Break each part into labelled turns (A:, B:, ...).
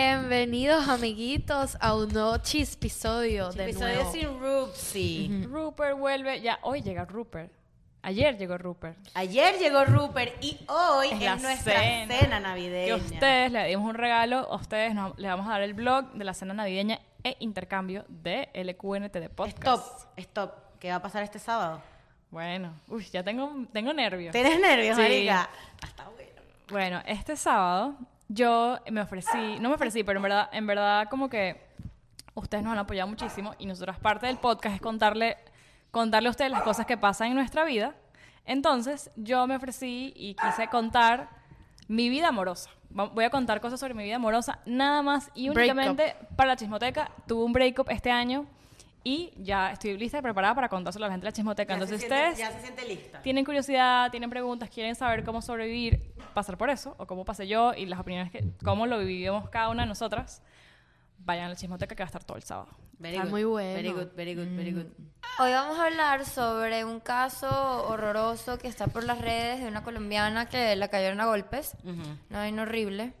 A: Bienvenidos amiguitos a un nuevo chispisodio de
B: Episodio
A: nuevo.
B: sin Rupsi.
C: Rupert vuelve. Ya, hoy llega Rupert. Ayer llegó Rupert.
B: Ayer llegó Rupert y hoy
C: Es
B: es,
C: la
B: nuestra
C: cena.
B: cena, navideña.
C: Que a ustedes le dimos un regalo. A ustedes nos- les vamos a dar el blog de la cena navideña e intercambio de LQNT de
B: Stop,
C: podcast.
B: stop. ¿Qué va a pasar este sábado?
C: Bueno, uy, ya tengo, tengo nervios.
B: ¿Tienes nervios,
C: Sí.
B: marica? Hasta bueno.
C: Bueno, este sábado yo me ofrecí, no me ofrecí, pero en verdad, en verdad como que ustedes nos han apoyado muchísimo y nosotras parte del podcast es contarle, contarle a ustedes las cosas que pasan en nuestra vida. Entonces yo me ofrecí y quise contar mi vida amorosa. Va- Voy a contar cosas sobre mi vida amorosa, nada más y
A: Breakup.
C: únicamente para la chismoteca. Tuve un breakup este año y ya estoy lista y preparada para contárselo a la gente de la chismoteca.
B: Ya se
C: Entonces
B: siente-
C: ustedes
B: Ya se siente lista.
C: tienen curiosidad, tienen preguntas, quieren saber cómo sobrevivir, pasar por eso, o cómo pasé yo y las opiniones que, cómo lo vivimos cada una de nosotras, vayan a la chismoteca que va a estar todo el sábado.
B: Very
A: Está
B: good,
A: muy bueno.
B: Very good, very good, very good.
D: Hoy vamos a hablar sobre un caso horroroso que está por las redes de una colombiana que la cayeron a golpes. Una vaina horrible.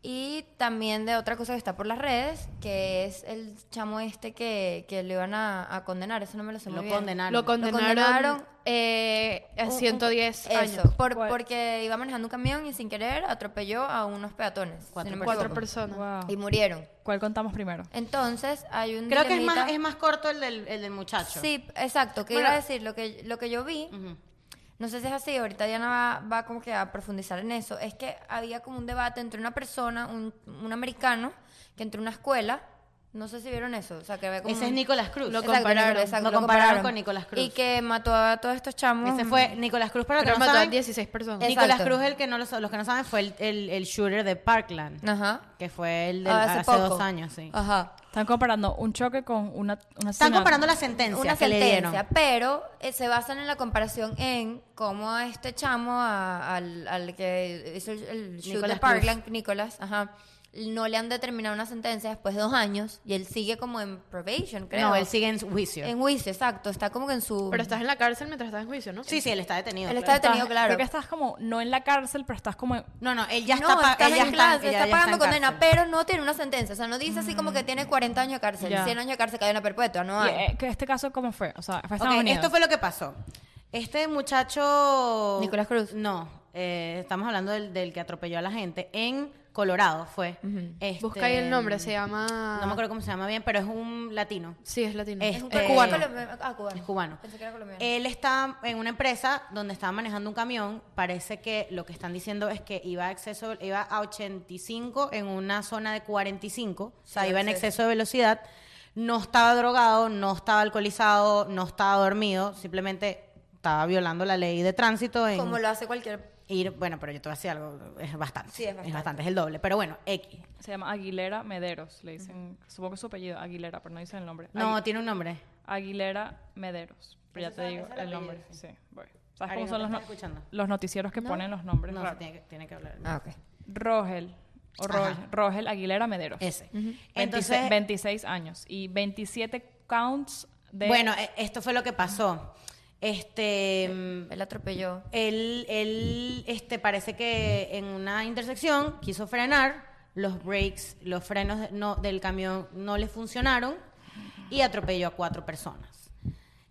D: Y también de otra cosa que está por las redes, que es el chamo este que, que le iban a, a condenar. Eso no me lo sé muy
B: Lo
D: bien.
B: condenaron.
A: Lo condenaron,
D: condenaron,
A: eh, a
D: Un- un-
A: 110
D: eso,
A: años.
D: por-
C: ¿Cuál?
D: porque iba manejando un camión y sin querer atropelló a unos peatones. si
B: Cuatro
D: no me
A: Cuatro
D: equivoco.
A: personas.
C: Wow.
D: Y murieron.
C: ¿Cuál contamos primero?
D: Entonces hay un
B: Creo que es más,
D: dilemita-
B: es más corto el del, el del muchacho.
D: Sí, exacto. Que
B: Bueno.
D: iba a decir, lo que, lo que yo vi,
B: Ujú.
D: no sé si es así, ahorita Diana va, va como que a profundizar en eso, es que había como un debate entre una persona, un, un americano, que entró a una escuela, no sé si vieron eso, o sea, que había como...
B: Ese es
D: un-
B: Nicolás Cruz.
A: Lo
D: Exacto,
A: compararon,
D: Nicolás, exacto,
B: lo compararon con Nicolás Cruz.
D: Y que mató a todos estos chamos.
B: Ese fue Nicolás Cruz, para los
A: Pero
B: que no
A: mató a
B: saben.
A: 16 personas.
D: Es-
B: Nicolás
D: Exacto.
B: Cruz, el que no lo, sa- los que no saben, fue el, el, el shooter de Parkland.
D: Ajá.
B: Que fue el de
D: Ah,
B: hace,
D: poco.
B: dos años, sí.
D: Ajá.
C: Están comparando un choque con una, una
B: Están comparando la sentencia
D: Una
B: que le dieron.
D: sentencia, pero eh, se basan en la comparación en cómo a este chamo, a- al, al que hizo el, el shoot
B: Nicolás
D: de Parkland, Nicolás, ajá, no le han determinado una sentencia después de dos años y él sigue como en probation, creo.
B: No, él sigue en juicio.
D: En juicio, exacto. Está como que en su...
A: Pero estás en la cárcel mientras estás en juicio, ¿no?
B: Sí, sí, él está detenido.
D: Él
B: claro.
D: está detenido, claro.
C: Creo que estás como, no en la cárcel, pero estás como... en-
B: No, no, él ya
D: no,
B: está, pa-
D: estás
B: él ya
D: en clase,
B: ella
D: está
B: ya
D: pagando
B: en
D: condena,
B: cárcel. Mm.
D: pero no tiene una sentencia. O sea, no dice así como que tiene 40 años de cárcel,
C: Ya.
D: 100 años de cárcel, cadena perpetua, no
C: Y,
D: hay.
C: eh, que ¿Este caso cómo fue? O sea, fue
B: Ok,
C: Estados Unidos.
B: esto fue lo que pasó. Este muchacho...
D: Nicolás Cruz.
B: No, eh, estamos hablando del, del que atropelló a la gente en Colorado, fue. Este,
A: Busca ahí el nombre, se llama...
B: No me acuerdo cómo se llama bien, pero es un latino.
A: Sí, es latino.
B: Es
D: Es un
B: este-
D: cubano. colombiano. Ah, cubano.
B: Es cubano. Eh,
D: Pensé que era colombiano.
B: Él está en una empresa donde estaba manejando un camión. Parece que lo que están diciendo es que iba a, exceso, iba a 85 en una zona de 45. O sea,
D: Sí,
B: iba en
D: exceso.
B: exceso de velocidad. No estaba drogado, no estaba alcoholizado, no estaba dormido. Simplemente estaba violando la ley de tránsito. En
D: como lo hace cualquier...
B: ir, bueno, pero yo te voy a decir algo. Es bastante.
D: Sí, es bastante.
B: Es bastante, es el doble. Pero bueno, X.
C: Se llama Aguilera Mederos, le dicen, supongo que es su apellido, Aguilera, pero no dicen el nombre.
B: No,
C: Agui-
B: tiene un nombre.
C: Aguilera Mederos. Pero ya
B: Ese
C: te
B: es-
C: digo
B: ese es el
C: el nombre.
B: apellido,
C: Sí, voy. ¿Sabes
B: Ari, ¿no te
C: cómo son los,
B: estás
C: no-
B: escuchando?
C: los noticieros que ponen los nombres?
B: No, se
C: raros?
B: tiene, que- tiene que hablar.
D: Ah, ok.
C: Rogel. O
B: Ajá.
C: Rogel, Rogel Aguilera Mederos.
B: Ese.
D: pues.
C: 26, 26 años y 27 counts de...
B: Bueno, e- esto fue lo que pasó. Este, mm,
D: Él atropelló.
B: él, él, este, parece que en una intersección quiso frenar, los brakes, los frenos de- no- del camión no le funcionaron y atropelló a cuatro personas.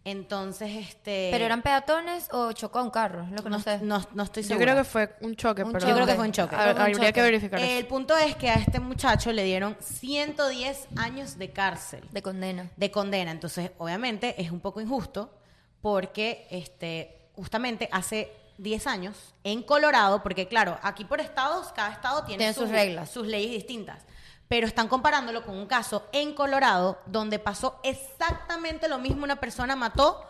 B: Entonces, este,
D: ¿Pero eran peatones o chocó a un carro? Es Lo que no,
B: no,
D: sé.
B: no, no estoy
A: Yo
B: segura.
A: creo que fue un choque,
D: Un
A: pero...
D: choque. Yo creo que
B: fue un choque.
A: Ha-
D: Fue un
A: Habría
D: choque.
A: que verificar eso.
B: El punto es que a este muchacho le dieron 110 años de cárcel.
D: De condena.
B: de condena. Entonces, obviamente, es un poco injusto porque este, justamente hace 10 años en Colorado, porque claro, aquí por estados, cada estado tiene,
D: Tiene sus reglas.
B: sus leyes distintas. Pero están comparándolo con un caso en Colorado donde pasó exactamente lo mismo. Una persona mató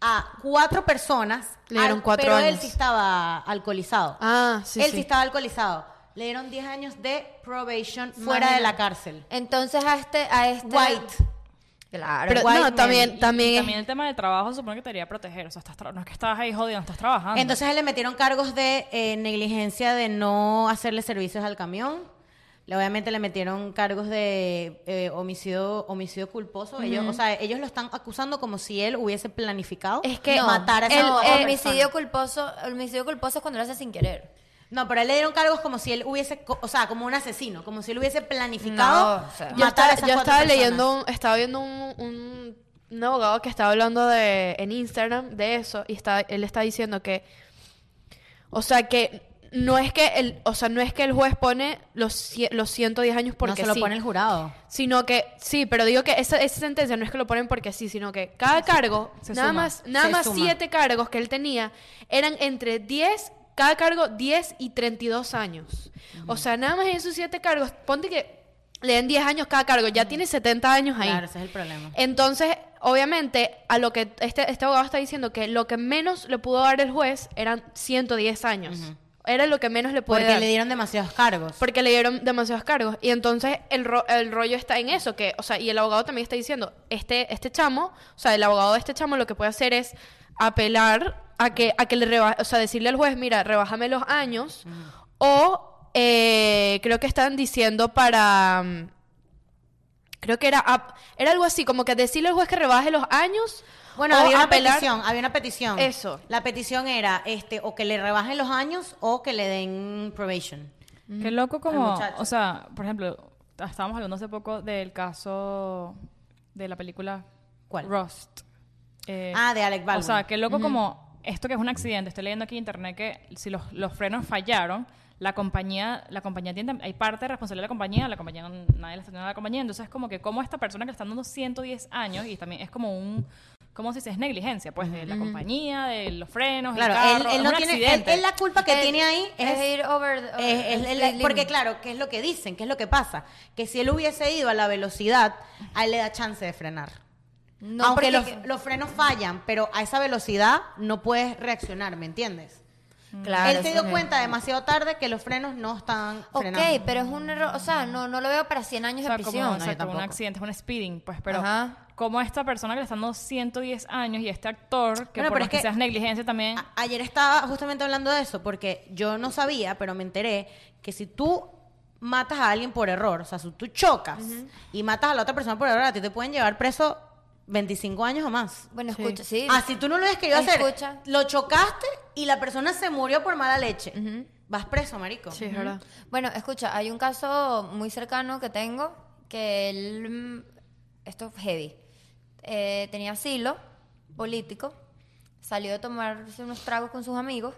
B: a cuatro personas.
A: Le dieron cuatro
B: pero él
A: años.
B: sí estaba alcoholizado.
A: Ah, sí,
B: él sí.
A: sí.
B: estaba alcoholizado. Le dieron 10 años de probation fuera de la
D: Imagínate.
B: cárcel.
D: Entonces a este... A este
B: White.
D: Claro.
A: Pero
B: White
A: no,
B: man.
A: también,
C: Y-
A: también,
C: y
A: es-
C: también el tema de trabajo supone que te debería proteger. O sea, estás tra- no es que estás ahí jodido, estás trabajando.
B: Entonces a él le metieron cargos de eh, negligencia de no hacerle servicios al camión. Le- Obviamente le metieron cargos de eh, homicidio, homicidio culposo. Ellos, o sea, ellos lo están acusando como si él hubiese planificado
D: Es que
B: matar a esa
D: el,
B: otra
D: el homicidio
B: persona.
D: culposo, el homicidio culposo es cuando lo hace sin querer.
B: No, pero a él le dieron cargos como si él hubiese, co- o sea, como un asesino, como si él hubiese planificado
D: No, o sea.
A: Yo
B: matar a
A: estaba,
B: esas
A: yo
B: cuatro
A: estaba
B: personas.
A: leyendo, un- estaba viendo un, un- un abogado que estaba hablando de, en Instagram de eso y está, él está diciendo que, o sea, que no es que el, o sea, no es que el juez pone los, cie- los 110 años porque
B: no se lo
A: sí,
B: pone el jurado.
A: sino que sí, pero digo que esa, esa sentencia no es que lo ponen porque sí, sino que cada cargo,
C: se
A: nada
C: suma,
A: más, nada
B: se
A: más
B: suma.
A: siete cargos que él tenía eran entre 10, cada cargo 10 y 32 años. O sea, nada más en esos siete cargos, ponte que le den 10 años cada cargo, ya tiene 70 años ahí. Eh,
B: Claro, ese es el problema.
A: Entonces, obviamente, a lo que este, este abogado está diciendo que lo que menos le pudo dar el juez eran 110 años. Era lo que menos le pudo
B: Porque
A: dar.
B: le dieron demasiados cargos.
A: Porque le dieron demasiados cargos. Y entonces el, ro- el rollo está en eso, que, o sea, y el abogado también está diciendo, este, este chamo, o sea, el abogado de este chamo lo que puede hacer es apelar a que, a que le reba- o sea, decirle al juez, mira, rebájame los años, o eh, creo que están diciendo para... mm, Creo que era, ap- era algo así, como que decirle al juez que rebaje los años.
B: Bueno,
A: o
B: había una
A: apelar-
B: petición, había una petición.
A: Eso.
B: La petición era este o que le rebajen los años o que le den probation.
C: Mm. Qué loco
B: Al
C: como,
B: muchacho.
C: o sea, por ejemplo, estábamos hablando hace poco del caso de la película
B: ¿Cuál?
C: Rust. Eh,
B: Ah, de Alec Baldwin.
C: O sea, qué loco como esto que es un accidente. Estoy leyendo aquí en internet que si los, los frenos fallaron, la compañía, la compañía tiene, tam- hay parte responsable de la compañía, la compañía no- nadie le está haciendo nada a la compañía. Entonces, como que como esta persona que le están dando 110 años y también es como un ¿Cómo se dice? Es negligencia, pues, de la compañía, de los frenos, el
B: Claro, él,
C: carro,
B: él
C: es
B: no
C: un
B: tiene, él,
C: accidente.
B: él la culpa que
D: El-
B: tiene ahí es,
D: es ir eh, over the-
B: es- es-
D: el
B: es-
D: speed
B: porque
D: limit.
B: claro, ¿qué es lo que dicen? ¿Qué es lo que pasa? Que si él hubiese ido a la velocidad, a él le da chance de frenar.
D: No,
B: Aunque
D: porque-
B: los, los frenos fallan, pero a esa velocidad no puedes reaccionar, ¿me entiendes?
D: Claro,
B: él se
D: eso
B: dio
D: es-
B: cuenta demasiado tarde que los frenos no están
D: Ok,
B: frenados.
D: pero es un error, o sea, no, no lo veo para 100 años
C: O sea,
D: de
C: como,
D: prisión.
C: o sea, como
D: No, yo
C: un
D: tampoco.
C: accidente, es un speeding, pues, pero
D: Ajá.
C: como esta persona que le están dando 110 años y este actor, que
B: Bueno, pero
C: por
B: es
C: más que,
B: que-
C: seas negligencia también,
B: A- Ayer estaba justamente hablando de eso, porque yo no sabía, pero me enteré que si tú matas a alguien por error, o sea, si tú chocas y matas a la otra persona por error, a ti te pueden llevar preso 25 años o más.
D: Bueno, escucha, sí.
B: Ah, si tú no lo habías querido hacer,
D: Escucha.
B: lo chocaste y la persona se murió por mala leche. Vas preso, marico.
A: Sí, es verdad.
D: Bueno, escucha, hay un caso muy cercano que tengo que él. mm, Esto es heavy. Eh, tenía asilo político, salió a tomarse unos tragos con sus amigos,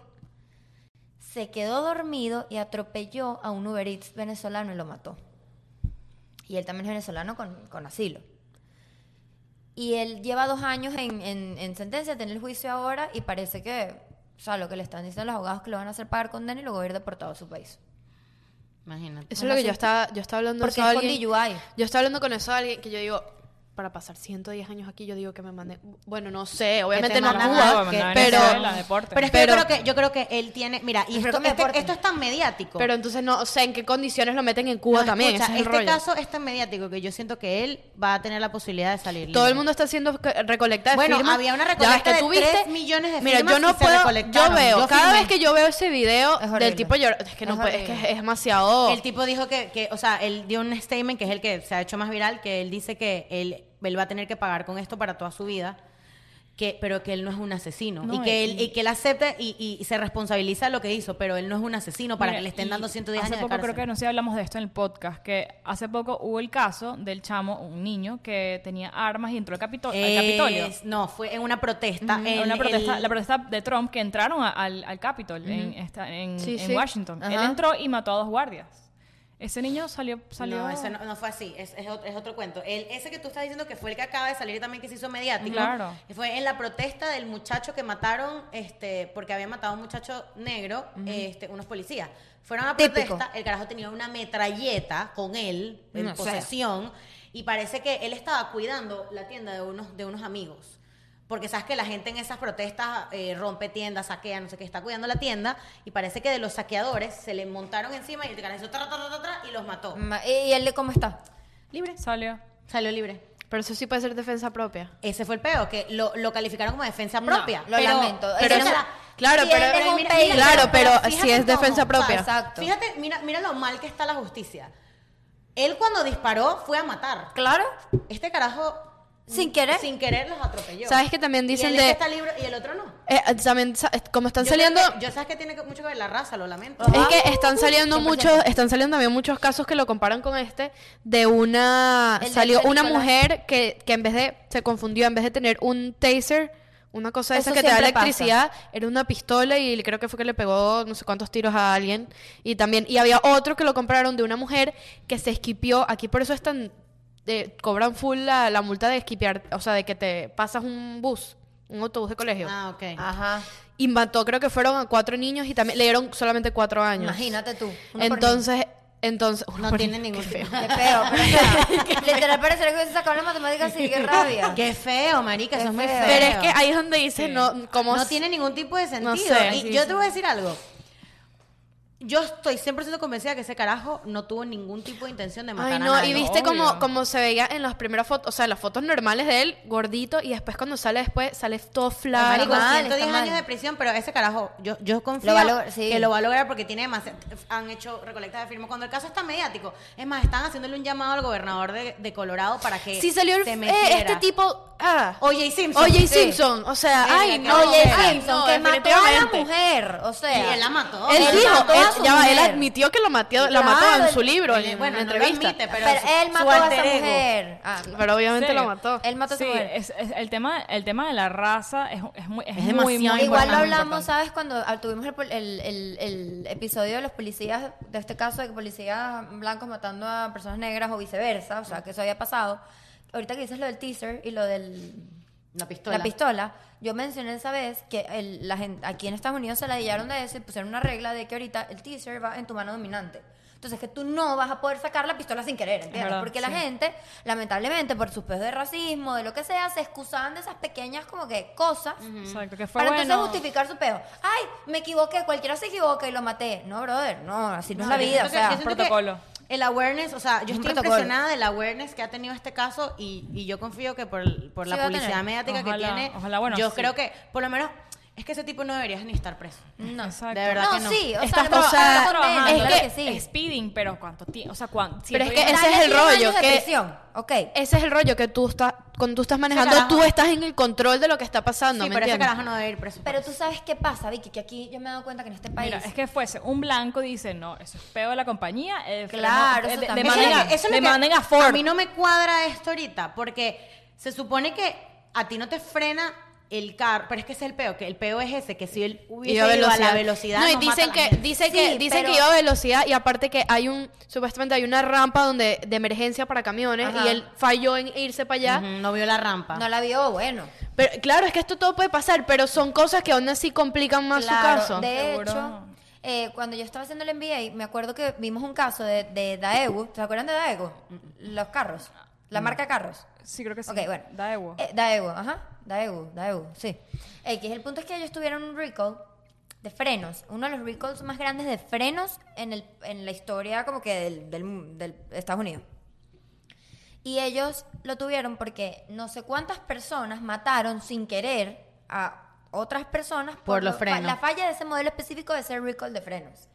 D: se quedó dormido y atropelló a un Uber Eats venezolano y lo mató. Y él también es venezolano con, con asilo. Y él lleva dos años en, en, en sentencia, tiene el juicio ahora y parece que, o sea, lo que le están diciendo los abogados es que lo van a hacer pagar condena y luego va a ir deportado a su país.
B: Imagínate.
A: Eso es lo que yo estaba, yo estaba hablando
D: Porque
A: eso a
D: es con
A: alguien.
D: DUI.
A: Yo estaba hablando con eso a alguien que yo digo, para pasar 110 años aquí, yo digo que me mande. Bueno, no sé, obviamente no a
B: mandan
A: Cuba,
B: algo, que-
A: que-
B: pero-
C: Venezuela, deporte.
B: Pero es que
A: Pero-
B: yo, creo que, yo creo que él tiene. Mira, y
D: Yo creo
B: esto,
D: que me
B: este-
D: deportan.
B: esto es tan mediático.
A: pero entonces no, o sea, en qué condiciones lo meten en Cuba
B: No,
A: también.
B: escucha,
A: ese es el
B: este
A: rollo.
B: caso es tan mediático que yo siento que él va a tener la posibilidad de salir.
A: Todo
B: libre.
A: el mundo está haciendo que- recolecta de
B: Bueno,
A: firmas.
B: había una
A: Ya ves
B: recolecta
A: que
B: de
A: tú viste-
B: tres millones de
A: Mira,
B: firmas
A: yo no
B: y se
A: puedo. yo
B: recolectaron.
A: veo,
B: Yo
A: cada
B: firmé.
A: vez que yo veo ese video
D: Es horrible.
A: del tipo llor- es que no
D: Es
A: puede, es que
D: horrible.
A: es
C: Oh.
A: demasiado.
B: El tipo dijo que, que, o sea, él dio un statement que es el que se ha hecho más viral, que él dice que él, él va a tener que pagar con esto para toda su vida, que, pero que él no es un asesino.
C: No,
B: y, que
C: y-
B: él, y que él acepta y, y se responsabiliza de lo que hizo, pero él no es un asesino para
C: Mira,
B: que le estén
C: y
B: dando 110
C: hace
B: años de
C: poco
B: cárcel.
C: creo que no sé si hablamos de esto en el podcast que hace poco hubo el caso del chamo un niño que tenía armas y entró al, Capito- al Capitolio Mm,
B: Es- no, fue en una protesta. en
C: una protesta,
B: el-
C: la protesta de Trump que entraron a- al, al Capitol en, esta- en-
A: Sí,
C: en
A: sí.
C: Washington él
D: Ajá.
C: entró y mató a dos guardias ese niño salió salió
B: No, ese no, no fue así, es, es otro, es otro cuento. El- ese que tú estás diciendo que fue el que acaba de salir y también que se hizo mediático.
C: Claro.
B: Fue en la protesta del muchacho que mataron, este, porque había matado a un muchacho negro, este, unos policías. Fueron a protesta,
D: Típico.
B: el carajo tenía una metralleta con él, en
D: No sé.
B: posesión, y parece que él estaba cuidando la tienda de unos, de unos amigos. Porque sabes que la gente en esas protestas eh, rompe tiendas, saquea, no sé qué, está cuidando la tienda, y parece que de los saqueadores se le montaron encima y el carajo hizo tra, tra, tra, tra, y los mató.
D: Ma- ¿Y y él de cómo está?
C: libre salió
B: Salió libre.
A: Pero eso sí puede ser defensa propia.
B: Ese fue el peo, que lo, lo calificaron como defensa
D: No,
B: propia.
D: lo lamento.
A: Pero
D: Ese
A: es-
D: era-
A: claro,
D: si
A: pero,
D: él era un
A: mira,
D: país-
A: claro, pero
B: fíjate
A: si es
B: cómo,
A: defensa
B: o sea,
A: propia.
D: exacto.
B: Fíjate, mira, mira lo mal que está la justicia. Él cuando disparó fue a matar.
D: Claro.
B: Este carajo
D: Sin querer.
B: Sin querer los atropelló.
A: ¿Sabes que también dicen
B: y él es que
A: de-
B: está libre y el otro no?
A: Eh, también, sa- como están
B: Yo
A: saliendo... Eh,
B: creo que- yo sabes que tiene que- mucho que ver la raza, lo lamento.
A: Es que están saliendo
B: 100%.
A: muchos, están saliendo también muchos casos que lo comparan con este de una
D: El de
A: salió
D: este
A: una
D: Nicolás.
A: mujer que, que en vez de se confundió, en vez de tener un taser, una cosa de
D: Eso
A: esas que te da
D: siempre pasa.
A: electricidad, era una pistola y creo que fue que le pegó no sé cuántos tiros a alguien y también y había otro que lo compraron de una mujer que se esquipió, aquí por eso están eh, cobran full la, la multa de esquipear, o sea, de que te pasas un bus, un autobús de colegio.
B: Ah, ok.
D: Ajá.
A: Y mató, creo que fueron a cuatro niños y también le dieron solamente cuatro años.
D: Imagínate tú. uno por
A: Entonces, entonces. uno
B: no
A: por
B: tiene
A: mil,
B: ningún
A: qué feo.
D: mil. Qué feo. pero, o sea, literal parecerá que hubiese sacado la matemática así, qué rabia.
B: Qué feo, marica,
D: Qué
B: eso es muy
D: feo.
B: feo.
A: Pero es que ahí es donde dice, no, como.
B: no
A: s-
B: tiene ningún tipo de sentido.
A: No sé.
B: y
A: Sí,
B: yo te voy a decir algo. Yo estoy 100% convencida que ese carajo no tuvo ningún tipo de intención de matar
A: Ay,
B: a
A: no, y
B: nadie.
A: viste como,
C: obvio.
A: como se veía en las primeras fotos, o sea, las fotos normales de él, gordito, y después cuando sale después, sale todo flaco.
B: Marico,
D: Está mal,
B: 110
D: está mal.
B: años de prisión, pero ese carajo, yo, yo confío
D: Lo va a lograr, sí.
B: que lo va a lograr porque tiene demasiado, han hecho recolectas de firmas. Cuando el caso está mediático, es más, están haciéndole un llamado al gobernador de, de Colorado para que
A: Sí salió el-
B: se
A: eh,
B: metiera.
A: este tipo. Ah,
B: Oye, Simpson.
A: Oye
B: Sí.
A: Simpson, o sea,
B: Verga,
A: ay,
B: qué
A: no.
D: Oye,
A: era.
D: Simpson,
A: No,
D: que mató a la
A: definitivamente.
D: mujer. O sea.
B: Y él la mató.
A: Él
D: Él
A: dijo,
D: mató a
A: él,
D: su
A: ya va, él
D: mujer.
A: admitió que lo mató, la
D: Claro,
A: mató en su
D: él-
A: libro,
B: él-
A: en
B: bueno,
A: una
B: no lo
A: entrevista.
B: admite,
D: Pero,
B: pero su-
D: él
B: su
D: mató a
B: alter
D: esa
B: ego.
D: mujer. Ah,
A: Pero obviamente lo
C: serio?
A: mató.
D: él mató a
C: Sí,
D: esa mujer.
C: es, es- el, tema, el tema de la raza es, es muy, es
B: Es
C: muy,
B: demasiado
C: muy
B: importante.
D: Igual lo
C: importante.
D: hablamos, ¿sabes? Cuando ah, tuvimos el, pol- el- el- el episodio de los policías, de este caso de que policías blancos matando a personas negras o viceversa, o sea, que eso había pasado. Ahorita que dices lo del teaser y lo del...
B: La pistola.
D: La pistola. Yo mencioné esa vez que el- la gente, aquí en Estados Unidos se la dillaron de eso y pusieron una regla de que ahorita el teaser va en tu mano dominante. Entonces, que tú no vas a poder sacar la pistola sin querer, ¿entiendes?
C: verdad,
D: Porque la
C: sí.
D: gente, lamentablemente, por sus peos de racismo, de lo que sea, se excusaban de esas pequeñas, como que, cosas
C: Exacto, que fue
D: para
C: bueno.
D: entonces justificar su peo. Ay, me equivoqué, cualquiera se equivoca y lo maté. No, brother, no, así no, es la
B: yo
D: vida. O
B: siento que-
D: sea,
B: yo siento que
C: protocolo.
B: El awareness, o sea, yo
D: Un
B: estoy
D: protocolo.
B: impresionada del awareness que ha tenido este caso y, y yo confío que por, el- por
D: Sí
B: la
D: va a tener.
B: publicidad mediática que
C: Ojalá,
B: tiene,
C: ojalá, bueno,
B: yo
C: sí.
B: creo que por lo menos es que ese tipo no debería ni estar preso.
D: no.
C: Exacto.
B: De verdad
D: No,
B: que no.
D: sí, o sea,
C: Estás
D: lo-
C: tra-
A: o sea,
D: estás
C: estás
D: trabajando,
C: trabajando.
D: claro que
C: Es
D: sí.
C: speeding, pero ¿cuánto tiempo? O sea, ¿cuánto?
A: Pero es
C: siento
A: que ese
C: yo-
A: es
D: Dale
A: el
D: 10 años
A: rollo,
D: de
A: que-
D: prisión, ok.
A: Ese es el rollo que tú estás, cuando tú estás manejando,
B: carajo-
A: tú estás en el control de lo que está pasando,
B: sí,
A: ¿me
B: pero ese
A: entiendes?
B: carajo no debe ir preso.
D: Pero tú sabes qué pasa, Vicky, que aquí yo me he dado cuenta que en este país...
C: Mira, es que fuese un blanco dice, no, eso es peo de la compañía. eh,
D: Claro,
C: freno-
D: eso
C: eh, de-
D: también.
C: demanden
B: Eso es
C: a-
B: lo que- eso es lo que
C: demanden a Ford.
B: A mí no me cuadra esto ahorita, porque se supone que a ti no te frena el carro, pero es que ese es el peo, que el peo es ese, que si él hubiese
A: Iba a
B: ido a la velocidad.
A: No, y
B: nos mata
A: dicen
B: a la
A: que,
B: gente.
A: dicen
D: Sí,
A: que, dicen
D: pero-
A: que iba a velocidad y aparte que hay un, supuestamente hay una rampa donde, de emergencia para camiones
D: Ajá.
A: y él falló en irse para allá.
B: Ujú, no vio la rampa.
D: No la vio, bueno.
A: Pero claro, es que esto todo puede pasar, pero son cosas que aún así complican más
D: Claro,
A: su caso.
D: De
C: Seguro.
D: hecho, eh, cuando yo estaba haciendo el MBA, me acuerdo que vimos un caso de, de Daegu. ¿Se acuerdan de Daegu? Los carros, la marca carros.
C: Sí, creo que sí.
D: Ok, bueno.
C: Daewoo.
D: Eh, Daewoo, ajá. Daewoo, Daewoo, sí. X, el punto es que ellos tuvieron un recall de frenos. Uno de los recalls más grandes de frenos en, el, en la historia como que del, del, del Estados Unidos. Y ellos lo tuvieron porque no sé cuántas personas mataron sin querer a otras personas por,
B: Por los
D: lo-
B: frenos.
D: la falla de ese modelo específico de ese recall de frenos.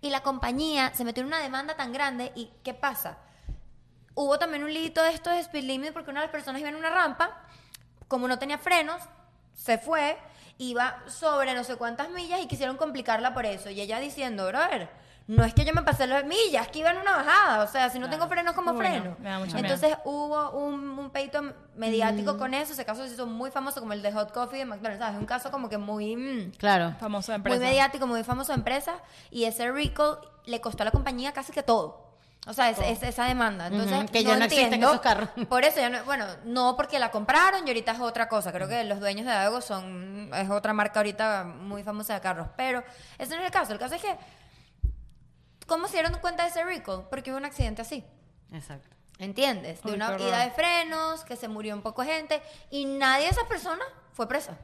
D: Y la compañía se metió en una demanda tan grande y ¿qué pasa? Hubo también un lito de estos de speed limit porque una de las personas iba en una rampa, como no tenía frenos, se fue, iba sobre no sé cuántas millas y quisieron complicarla por eso. Y ella diciendo, brother, no es que yo me pasé las millas, que iba en una bajada, o sea, si no tengo frenos, como
C: Uy, no,
D: freno?
C: me da mucha miedo. Mm.
D: Entonces hubo un, un peito mediático con eso, ese caso se hizo muy famoso como el de Hot Coffee de McDonald's, ¿sabes? Un caso como que muy... mm,
B: Claro.
C: Famosa
D: muy
C: empresa.
D: mediático, muy famoso de empresa, y ese recall le costó a la compañía casi que todo. O sea, es, es- esa demanda. Entonces,
B: Ujú, que ya no existen
D: entiendo-
B: esos carros.
D: Por eso, ya no, bueno, no porque la compraron y ahorita es otra cosa. Creo que los dueños de Dago son, es otra marca ahorita muy famosa de carros. Pero ese no es el caso. El caso es que, ¿cómo se dieron cuenta de ese recall? Porque hubo un accidente así.
B: Exacto.
D: ¿Entiendes? De
C: Ay,
D: una
C: qué
D: ida
C: horror.
D: de frenos, que se murió un poco de gente, y nadie de esas personas fue presa.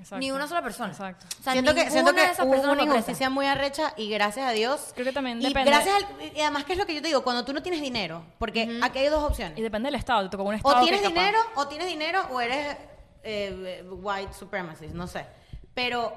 C: Exacto.
D: Ni una sola persona.
C: Exacto.
D: O sea,
B: siento que, siento
D: ninguna de
B: que
D: esas
B: hubo
D: personas
B: una
D: fue presa.
B: injusticia muy arrecha y gracias a Dios.
C: Creo que también
B: y
C: depende-
B: Gracias al- y además, ¿qué es lo que yo te digo? Cuando tú no tienes dinero, porque aquí hay dos opciones.
C: Y depende del estado. Te tocó un estado
B: O
C: que
B: tienes
C: capaz-
B: dinero, o tienes dinero, o eres eh, white supremacist, no sé. Pero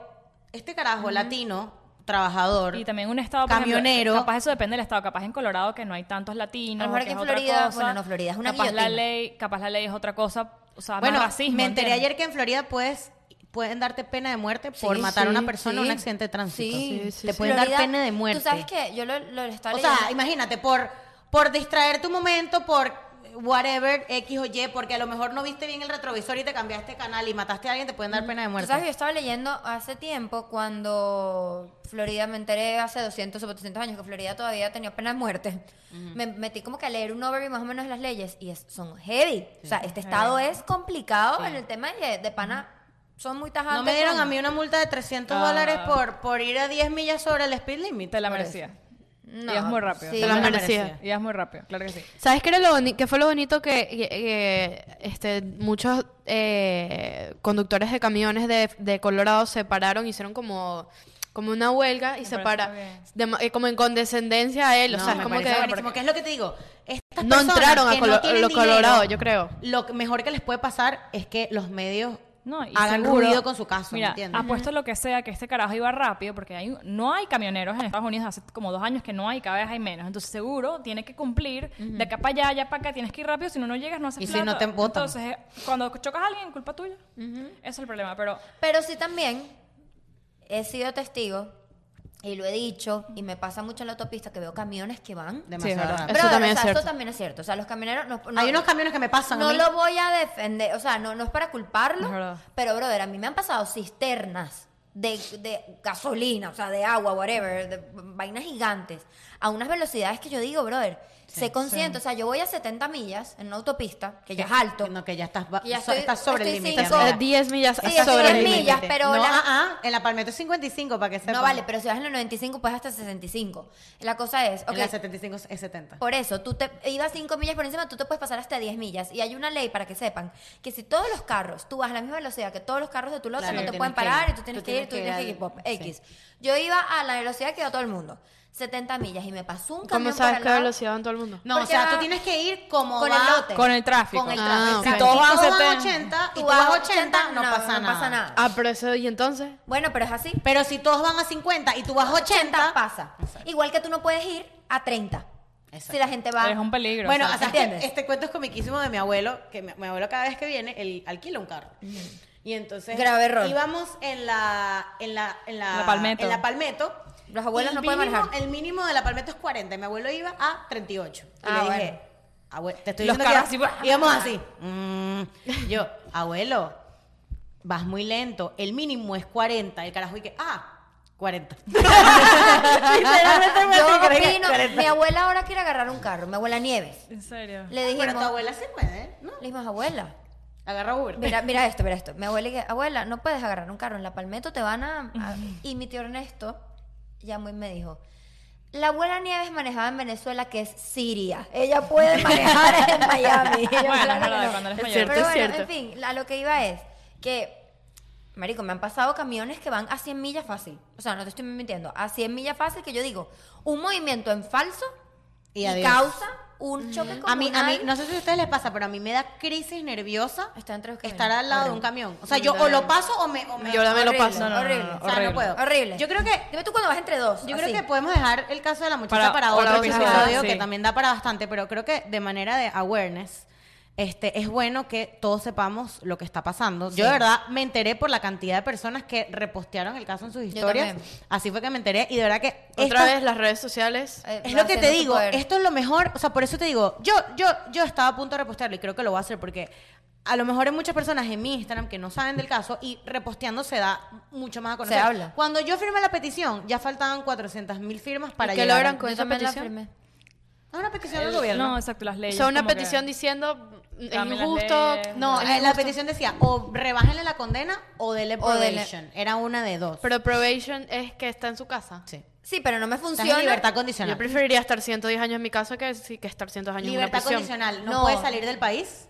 B: este carajo latino, trabajador,
C: Y también un estado por ejemplo,
B: camionero,
C: capaz eso depende del estado. Capaz en Colorado que no hay tantos latinos.
D: A lo mejor
C: que
D: aquí en
C: es otra
D: Florida,
C: cosa.
D: bueno, no, Florida es una
C: capaz la
D: guillotina.
C: ley Capaz la ley es otra cosa o sea,
B: bueno,
C: más racismo.
B: me enteré
C: ¿entiendes?
B: ayer que en Florida puedes pueden darte pena de muerte por
D: Sí,
B: matar a una
D: sí,
B: persona en
D: sí.
B: un accidente de tránsito.
D: Sí, sí,
B: Te
D: sí.
B: pueden dar
D: Florida,
B: pena de muerte.
D: Tú sabes que yo lo, lo estaba
B: O sea,
D: leyendo.
B: imagínate, por, por distraer tu momento, por whatever, X o Y, porque a lo mejor no viste bien el retrovisor y te cambiaste de canal y mataste a alguien, te pueden dar pena de
D: Tú
B: muerte.
D: sabes que yo estaba leyendo hace tiempo cuando Florida, me enteré hace 200 o 400 años que Florida todavía tenía pena de muerte. Me metí como que a leer un overview más o menos de las leyes y es- son heavy. O sea, este estado es complicado en el tema de, de pana. Son muy tajantes.
B: No me dieron
D: con-
B: a mí una multa de 300
C: Ah.
B: dólares por, por ir a 10 millas sobre el speed limit.
C: Te la
B: por eso.
C: merecía.
D: No,
C: Y es muy rápido.
D: sí,
A: Te la
D: no.
B: me la
A: merecía.
B: merecía.
C: Y es muy rápido, claro que sí.
A: ¿Sabes qué, era lo boni- qué fue lo bonito que, que- que, este, muchos eh, conductores de camiones de, de Colorado se pararon, hicieron como, como una huelga y se
C: parece
A: para,
C: muy bien.
A: de ma- eh, como en condescendencia a él, o
B: No,
A: sea, es
B: me
A: como que...
B: parece buenísimo, que es lo que te digo. Estas
A: No
B: personas
A: entraron a
B: que no
A: Colo-
B: tienen
A: lo
B: dinero,
A: Colorado, yo creo.
B: Lo que- mejor que les puede pasar es que los medios
C: No, y
B: hagan
C: seguro-
B: ruido con su caso, ¿me
C: Mira, ah,
B: entiendes?
C: apuesto lo que sea que este carajo iba rápido porque hay, no hay camioneros en Estados Unidos hace como dos años que no hay, cada vez hay menos. Entonces seguro tiene que cumplir de acá para allá, allá para acá, tienes que ir rápido, si no no llegas no haces
B: Y si
C: plata.
B: no te botan.
C: Entonces eh, cuando chocas a alguien, culpa tuya. Ese es el problema, pero
D: Pero sí también he sido testigo y lo he dicho y me pasa mucho en la autopista que veo camiones que van.
B: Demasiado
A: verdad.
B: rápido.
A: Eso
D: Brother, o
A: también es
D: sea,
A: cierto.
D: Eso también es cierto. O sea, los camioneros no, no-
B: Hay unos camiones que me pasan a
D: No
B: mí.
D: lo voy a defender, o sea, no, no es para culparlo,
C: Es verdad.
D: pero brother, a mí me han pasado cisternas de, de gasolina, o sea, de agua, whatever, de vainas gigantes, a unas velocidades que yo digo, brother, sé consciente, o sea, yo voy a 70 millas en una autopista, que ya es alto,
B: No, que ya estás, ba-
D: Que ya
B: so-
D: estoy-
B: estás sobre el
D: estoy
B: límite.
D: cinco-
B: amiga.
A: Eh, 10 millas
D: Sí,
A: hasta
D: estoy
A: sobre
D: en
A: el
D: millas,
A: límite.
B: límite.
D: pero
B: No,
D: la-
B: ah, ah, en la Palmetto es 55 para que sepa.
D: no vale, pero si vas en los 95 puedes hasta 65, la cosa es,
B: En la
D: ok,
B: 75 es 70.
D: Por eso, tú te ibas 5 millas por encima, tú te puedes pasar hasta 10 millas. Y hay una ley para que sepan que si todos los carros, tú vas a la misma velocidad que todos los carros de tu lote,
B: Claro,
D: no te
B: tienes
D: pueden
B: que
D: parar
B: ir.
D: y tú tienes que ir, tú tienes que ir, pop,
B: al-
D: X. Yo iba a la velocidad que iba todo el mundo, 70 millas, y me pasó un
A: ¿Cómo
D: camión por
A: sabes
D: al
A: qué
D: lado
A: velocidad en todo el mundo?
B: No,
D: Porque
B: o sea,
D: va
B: tú tienes que ir como
D: con
B: va-
D: el lote.
C: con el tráfico.
D: Con el
A: Ah,
D: tráfico.
A: ok.
B: Si
A: Si
B: todos
C: todos van
B: van
C: 70,
B: 80 y tú
D: Ah, Tú
B: vas
D: vas
B: 80, no pasa nada.
A: Ah, pero eso, ¿y entonces?
D: Bueno, pero es así.
B: Pero si todos van a 50 y tú vas 80,
D: 80 pasa. Igual que tú no puedes ir a 30.
B: Exacto.
D: Si la gente va.
C: es un peligro.
B: Bueno,
C: o sea,
B: o sea,
D: ¿entiendes?
B: este, este cuento es comiquísimo de mi abuelo, que mi, mi abuelo cada vez que viene, él alquila un carro. Y entonces
D: Grave error.
B: íbamos en la en la en la,
C: La Palmetto.
B: en la Palmetto.
D: Los abuelos
B: y
D: no pueden
B: mínimo-
D: manejar.
B: El mínimo de la Palmetto es 40, y mi abuelo iba a 38. Y
D: Ah,
B: le dije,
D: bueno.
B: "Abue- te estoy
C: Los
B: diciendo
C: carros
B: que
C: así,
B: iba-
C: ¡buah!
B: íbamos así. Mm. Yo, abuelo, vas muy lento, el mínimo es 40, el carajo y que ah, 40. Literalmente me
D: Yo
B: hace creer que
D: opino,
B: 40.
D: mi abuela ahora quiere agarrar un carro, mi abuela Nieves.
C: en serio.
D: Le
B: Pero Ah, tu
D: dijimos,
B: abuela se puede, ¿eh? ¿no?
D: le dijimos, abuela,
B: Agarra Uber.
D: Mira, mira esto, mira esto. Mi abuela que, abuela, no puedes agarrar un carro en la Palmetto, te van a, a-". Y mi tío Ernesto llamó y me dijo, la abuela Nieves manejaba en Venezuela, que es Siria. Ella puede manejar en Miami. Y yo,
C: Bueno, es
D: "Claro que
C: verdad,
D: no".
C: cuando eres
A: Es
C: mayor.
A: cierto,
D: Pero
A: es
D: bueno,
A: cierto.
D: en fin, a lo que iba es que, marico, me han pasado camiones que van a 100 millas fácil. O sea, no te estoy mintiendo. A 100 millas fácil que yo digo, un movimiento en falso
B: Y
D: y,
B: adiós.
D: causa un choque
B: A mí, a mí,
D: comunal.
B: no sé si a ustedes les pasa, pero a mí me da crisis nerviosa
D: Está entre los camiones.
B: estar al lado de un
D: Horrible.
B: camión. O sea, yo o lo paso o me... o me-
A: Yo la- me lo
D: Horrible,
A: paso. No,
C: no, no,
D: horrible.
C: no,
B: o sea, no
C: horrible.
B: puedo.
D: Horrible.
B: Yo creo que...
D: Dime tú cuando vas entre dos.
B: Yo
D: así.
B: creo que podemos dejar el caso de la muchacha para,
C: Para
B: otro,
C: otro
B: episodio,
C: episodio,
B: que
C: sí.
B: también da para bastante, pero creo que de manera de awareness este, es bueno que todos sepamos lo que está pasando. Yo de verdad me enteré por la cantidad de personas que repostearon el caso en sus historias.
D: también.
B: Así fue que me enteré y de verdad que...
A: Otra
B: esto-
A: vez las redes sociales.
D: Eh,
B: Es lo
D: va
B: que te
D: haciendo su
B: digo,
D: poder.
B: esto es lo mejor, o sea, por eso te digo, yo, yo, yo estaba a punto de repostearlo y creo que lo voy a hacer porque a lo mejor hay muchas personas en mi Instagram que no saben del caso y reposteando se da mucho más a conocer.
D: Se habla.
B: Cuando yo firmé la petición, ya faltaban 400 mil firmas para
A: ¿Y qué
B: llegar a-
A: logran con
D: Yo
A: esa
D: también la
A: petición?
D: firmé.
B: a una petición del gobierno.
C: No, exacto, las
A: O
C: leyes.
A: sea, una
C: como que-
A: petición diciendo, es
C: Cambien las
A: injusto.
C: leyes.
B: No,
A: es
B: eh, la
A: injusto".
B: petición decía o rebájenle la condena o dele
D: O dele-
B: probation. Era una de dos.
A: Pero probation es que está en su casa.
B: sí.
D: Sí, pero no me
B: Estás
D: funciona.
B: en libertad
A: Yo
B: condicional.
A: preferiría estar 110 años en mi casa que, sí, que estar 100 años en una
B: Libertad
A: prisión.
B: condicional, no,
D: No.
B: puedes salir del país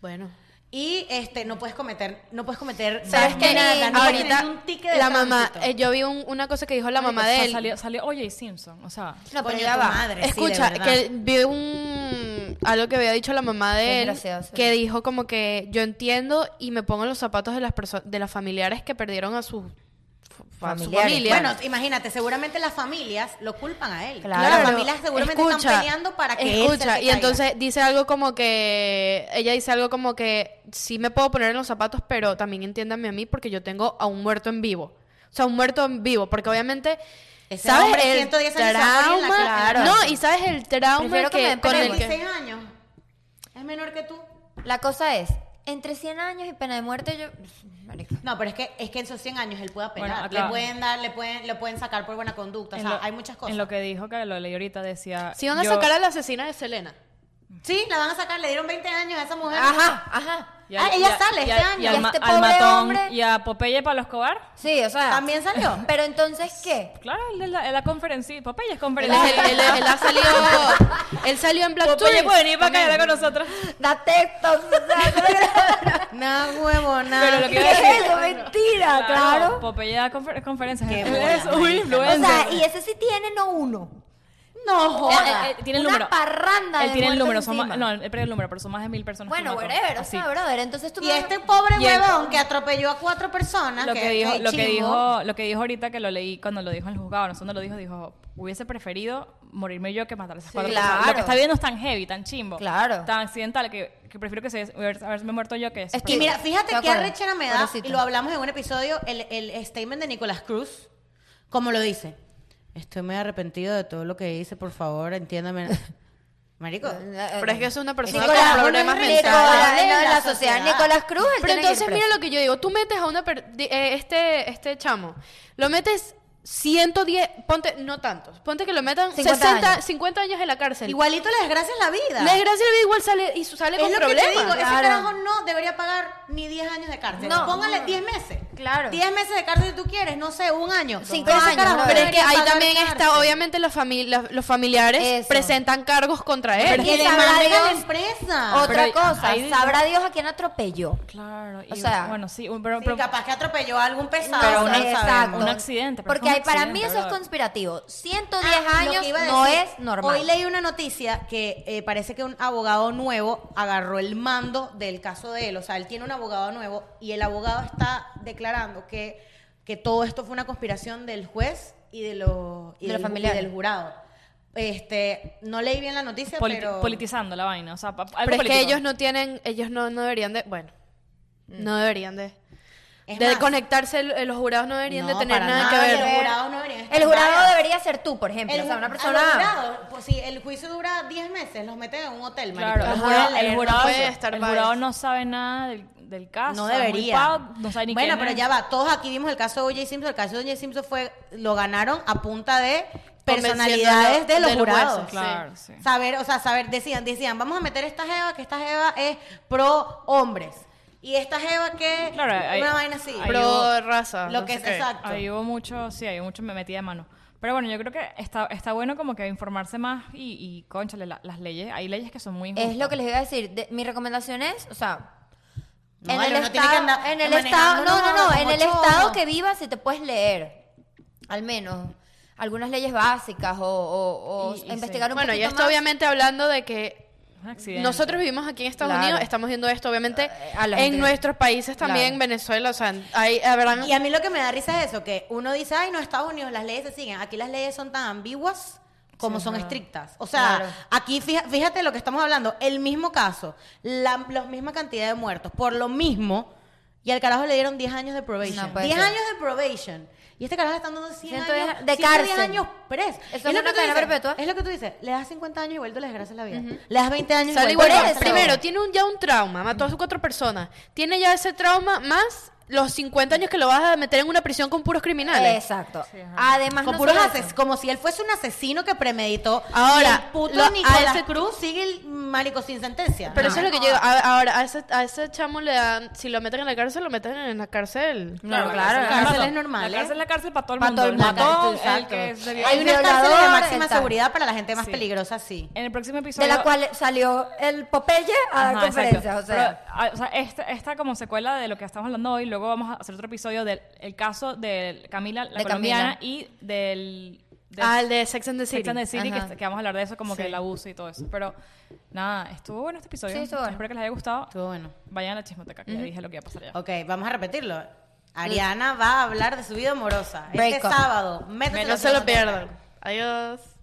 A: Bueno.
B: y este no puedes cometer no puedes cometer
A: ¿Sabes
B: más
A: qué?
B: nada, no puedes
A: Ahorita,
B: tener un ticket de
A: la mamá,
B: tránsito.
A: eh, yo vi un- una cosa que dijo la
C: Marico,
A: mamá
C: o sea,
A: de él.
C: Salió, salió Oye Simpson, o sea.
D: No, pero
B: Coño,
D: ya
B: tu
D: va.
B: madre, sí, de
A: Escucha,
B: verdad.
A: que vi un algo que había dicho la mamá de él,
D: Desgraciado, sí.
A: que dijo como que yo entiendo y me pongo en los zapatos de las perso- de las familiares que perdieron a sus a su
D: Familiares.
A: familia.
B: Bueno, imagínate, seguramente las familias lo culpan a él.
D: Claro.
B: Las familias seguramente están peleando para que él sea el
A: escucha
B: que
A: y
B: caiga.
A: entonces dice algo como que ella dice algo como que sí me puedo poner en los zapatos, pero también entiéndanme a mí porque yo tengo a un muerto en vivo. O sea, un muerto en vivo, porque obviamente...
B: Ese
A: ¿Sabes
B: hombre de
A: el
B: 110 años se va a morir en la
A: trauma?
B: clara.
A: no, y sabes el trauma
D: Prefiero que me
A: que,
D: den
A: con el que...
B: 26 años. Es menor que tú.
D: La cosa es, entre 100 años y pena de muerte, yo. Marica.
B: No, pero es que es que en esos 100 años él puede apelar.
C: Bueno, acá-
B: le pueden dar, le pueden, le pueden sacar por buena conducta. O
C: En
B: sea,
C: lo-
B: hay muchas cosas.
C: En lo que dijo que lo leí ahorita decía.
A: Si van a
C: yo-
A: sacar a la asesina de Selena.
B: Sí, la van a sacar, le dieron 20 años a esa mujer.
D: Ajá, ajá.
C: y al-
B: Ah,
C: y
B: ella
C: al-
B: sale
C: y
B: este
C: al-
B: año.
C: Y
D: Y
C: al,
D: a
C: ma-
D: este
C: al
D: pobre
C: matón
D: hombre-
C: y a Popeye Pablo Escobar.
D: Sí, o sea.
B: También salió.
D: Pero entonces, ¿qué?
C: Claro, él es la, él la conferencia. Popeye es
A: Él,
C: conferencia.
A: es el- él- él ha salido... Él salió en Black
C: Popeye
A: Tourist
C: puede venir para
A: también.
C: acá y hablar con nosotros.
D: Da textos. o sea,
B: No, huevo, nada.
C: Pero lo que
D: ¿Qué
C: iba a
D: es
C: decir.
D: eso? Mentira, Ah, claro.
C: Popeye da confer- conferencias.
B: Qué
C: Él
B: bola,
C: es un
B: marica,
D: O
C: influencer.
D: sea, y ese sí tiene, no uno.
B: No, joda.
C: Eh, eh, eh, tiene el
D: Una
C: número.
D: parranda
C: Él
D: de
C: tiene el
D: muertos
C: número. Son
D: encima.
C: más- no, él perdió el número, pero son más de mil personas.
D: Bueno,
C: que mató.
D: whatever, o
C: Así.
D: sea, brother. Entonces tú
B: Y
D: me-
B: este pobre
C: Y el-
B: huevón que atropelló a cuatro personas.
C: lo que dijo, lo que
B: Ah, chimbo.
C: dijo, lo que dijo ahorita que lo leí cuando lo dijo en el juzgado, no sé dónde lo dijo, dijo, hubiese preferido morirme yo que matar a esas cuatro
D: claro.
C: personas. Lo que está viendo es tan heavy, tan chimbo,
D: Claro.
C: tan accidental que, que prefiero que se hubiese- hubiese- haberme muerto yo que esas
D: Es que
B: Y
C: personas.
B: mira, fíjate
D: Estoy de
B: qué
D: acuerdo.
B: arrechera me da,
D: Pobrecito.
B: y lo hablamos en un episodio, el, el statement de Nicolás Cruz, como lo dice. Estoy muy arrepentido de todo lo que hice, por favor, entiéndame. Marico.
A: Pero es que es una persona
D: Nicolás,
A: con
D: uno
A: problemas
D: es
A: mentales.
D: Nicolás,
B: mentales.
D: no, en la
B: La
D: sociedad.
B: sociedad.
D: Nicolás Cruz,
B: Ah,
D: él
A: Pero
D: tiene que ir
A: entonces
D: preso.
A: mira lo que yo digo, tú metes a una per- di- eh, este este chamo, lo metes 110, ponte no tantos, ponte que lo metan
D: 50
A: 60,
D: años.
A: 50 años en la cárcel.
B: Igualito la desgracia es la vida.
A: la desgracia de vida igual sale y su- sale
B: es
A: con
B: lo
A: problemas.
B: que te digo, ese
D: Claro.
B: carajo no debería pagar ni 10 años de cárcel.
D: No.
B: Póngale 10 meses.
D: Claro.
B: 10 meses de cárcel si tú quieres, no sé, un año.
D: Cinco
B: Pero ese
D: años,
B: carajo
D: bro.
B: no
A: Pero es que
B: debería
A: ahí
B: pagar
A: también
B: cárcel.
A: está obviamente los, famili- la- los familiares
D: Eso.
A: presentan cargos contra él.
B: Pero
D: Y
B: que
D: sabrá
B: demanden a la
D: Dios-
B: empresa.
D: Otra
C: Pero
D: cosa,
C: ahí-
D: sabrá Dios a quién atropelló.
C: claro, y
D: O sea,
C: bueno, sí, un- pero,
B: Sí,
C: pero-
B: capaz que atropelló a algún pesado.
D: Pero
B: no
D: una-
B: sabemos.
D: exacto.
C: Un accidente, pero
D: Porque
C: fue un
D: hay- para mí
C: accidente,
D: eso es
C: brother.
D: conspirativo. 110
B: Ah, lo que
D: años
B: iba a
D: no
B: decir,
D: es normal.
B: Hoy leí una noticia que eh, parece que un abogado nuevo agarró el mando del caso de él. O sea, él tiene un abogado nuevo y el abogado está declarando que, que todo esto fue una conspiración del juez y, de los, y
D: De los
B: del,
D: familiares.
B: y del jurado. Este, no leí bien la noticia,
C: politi-
B: pero...
C: politizando la vaina, o sea, pa- algo
A: Pero es que
C: político.
A: ellos no tienen, ellos no, no deberían de, bueno, no deberían de,
B: Mm. Es
A: de
B: más,
A: conectarse, el- eh, los jurados no deberían de
B: No,
A: tener
B: para
A: nada
B: nada,
A: que
B: los
A: ver.
B: jurados no deberían estar
D: El jurado
B: vaya.
D: debería ser tú, por ejemplo.
B: El,
D: o sea, una
B: a los
D: persona.
B: jurados, pues sí, el juicio dura 10 meses, los meten en un hotel, marico.
C: Claro, el
A: Ajá,
C: jurado,
A: leer,
C: el
A: no
C: jurado,
A: puede estar
C: el
A: biased.
C: jurado no sabe nada del, del caso.
B: No
C: o sea, muy
B: debería.
C: pavo, no sabe ni
B: bueno,
C: quién
B: pero
C: es.
B: ya va. Todos aquí vimos el caso de O.J. Simpson. El caso de O.J. Simpson fue, lo ganaron a punta de personalidades de los
A: de los
B: jurados.
A: jueces,
C: Claro, sí.
B: Saber, o sea, saber, decían, decían, vamos a meter esta jeva, que esta jeva es pro hombres. Y esta jeva que
C: Claro, hay-
B: una vaina así.
C: hay-
B: Pro-
A: Pro raza.
B: lo
A: no
B: que
A: sé
B: es
A: qué.
B: exacto.
C: Ahí hubo mucho, sí, ahí hubo mucho me metida de mano. Pero bueno, yo creo que está, está bueno como que informarse más y, y cónchale, la- las leyes, hay leyes que son muy injustas.
D: Es lo que les iba a decir. De- mi recomendación es, o sea.
B: No,
D: en
B: vale,
D: el
B: uno tiene que
D: estado,
B: andar
D: en el
B: manejando
D: estado, no, no,
B: uno
D: no,
B: como
D: en el
B: chorro.
D: estado que vivas si te puedes leer, al menos algunas leyes básicas o, o- o
C: Y- y
D: investigar
C: sí.
D: un
A: Bueno,
D: poquito
A: ya está
D: más.
A: obviamente hablando de que
C: Un accidente.
A: nosotros vivimos aquí en Estados
D: Claro.
A: Unidos, estamos viendo esto obviamente
D: a la gente-
A: en nuestros países también,
D: Claro.
A: Venezuela, o sea, hay, habrán...
B: Y a mí lo que me da risa es eso, que uno dice, ay, no, Estados Unidos, las leyes se siguen. Aquí las leyes son tan ambiguas como son estrictas. O sea,
D: Claro.
B: aquí fija- fíjate lo que estamos hablando, el mismo caso, la, la misma cantidad de muertos, por lo mismo, y al carajo le dieron 10 años de probation.
D: No puede
B: 10
D: ser.
B: años de probation. Y este carajo está dando 100
D: 110
B: años
D: de
B: 110
D: cárcel.
B: años preso.
D: Eso
B: Es
D: es
B: lo
D: una
B: que tú
D: cadena
B: dices,
D: perpetua.
B: Es lo que tú dices. Le das 50 años y vuelto las gracias a la vida. Le das 20 años
A: Sale
B: y vuelto
A: igual.
B: las gracias a la vida.
A: primero, tiene un, ya un trauma, mató a sus cuatro personas, tiene ya ese trauma más los 50 años que lo vas a meter en una prisión con puros criminales.
D: Exacto. Además,
B: Con
D: no
B: puros
D: solo
B: ases-
D: eso.
B: como si él fuese un asesino que premeditó.
A: Ahora,
B: y el puto
A: lo- a
B: Nicolás
A: ese-
B: Cruz sigue el marico sin sentencia.
A: Pero
B: No.
A: eso es lo que yo digo. A- Ahora, a ese, a ese chamo le dan, si lo meten en la cárcel, lo meten en la cárcel.
D: No,
B: claro,
C: la
B: la cárcel
C: mató.
B: es normal,
C: La cárcel es la cárcel para todo el
D: Pa'
C: mundo.
D: todo el
C: el
D: mundo.
C: matón, el
D: Exacto.
C: que se vio.
B: Hay
D: el
B: unas cárceles de
D: violador,
B: máxima
D: el tal.
B: seguridad para la gente más
C: Sí.
B: peligrosa, sí.
C: En el próximo episodio...
D: De la cual salió el Popeye a dar
C: Ajá,
D: conferencias.
C: exacto.
D: O sea,
C: Pero, ah, o sea, esta, esta como secuela de lo que estamos hablando hoy, luego vamos a hacer otro episodio del el caso de Camila, la
D: De
C: colombiana,
D: Camila.
C: y del... del-
A: Ah, el de Sex and the City.
C: Sex and the City,
D: Ajá.
C: que, que vamos a hablar de eso, como que
A: Sí.
C: el abuso y todo eso. Pero nada, estuvo bueno este episodio.
D: Sí, estuvo bueno.
C: Espero que les haya gustado.
B: Estuvo bueno.
C: Vayan a la chismoteca, que ya dije lo que iba a pasar ya.
B: Ok, vamos a repetirlo. Ariana va a hablar de su vida amorosa.
D: Break
B: este
D: up.
B: sábado. Métete
A: No se lo pierdan. Adiós.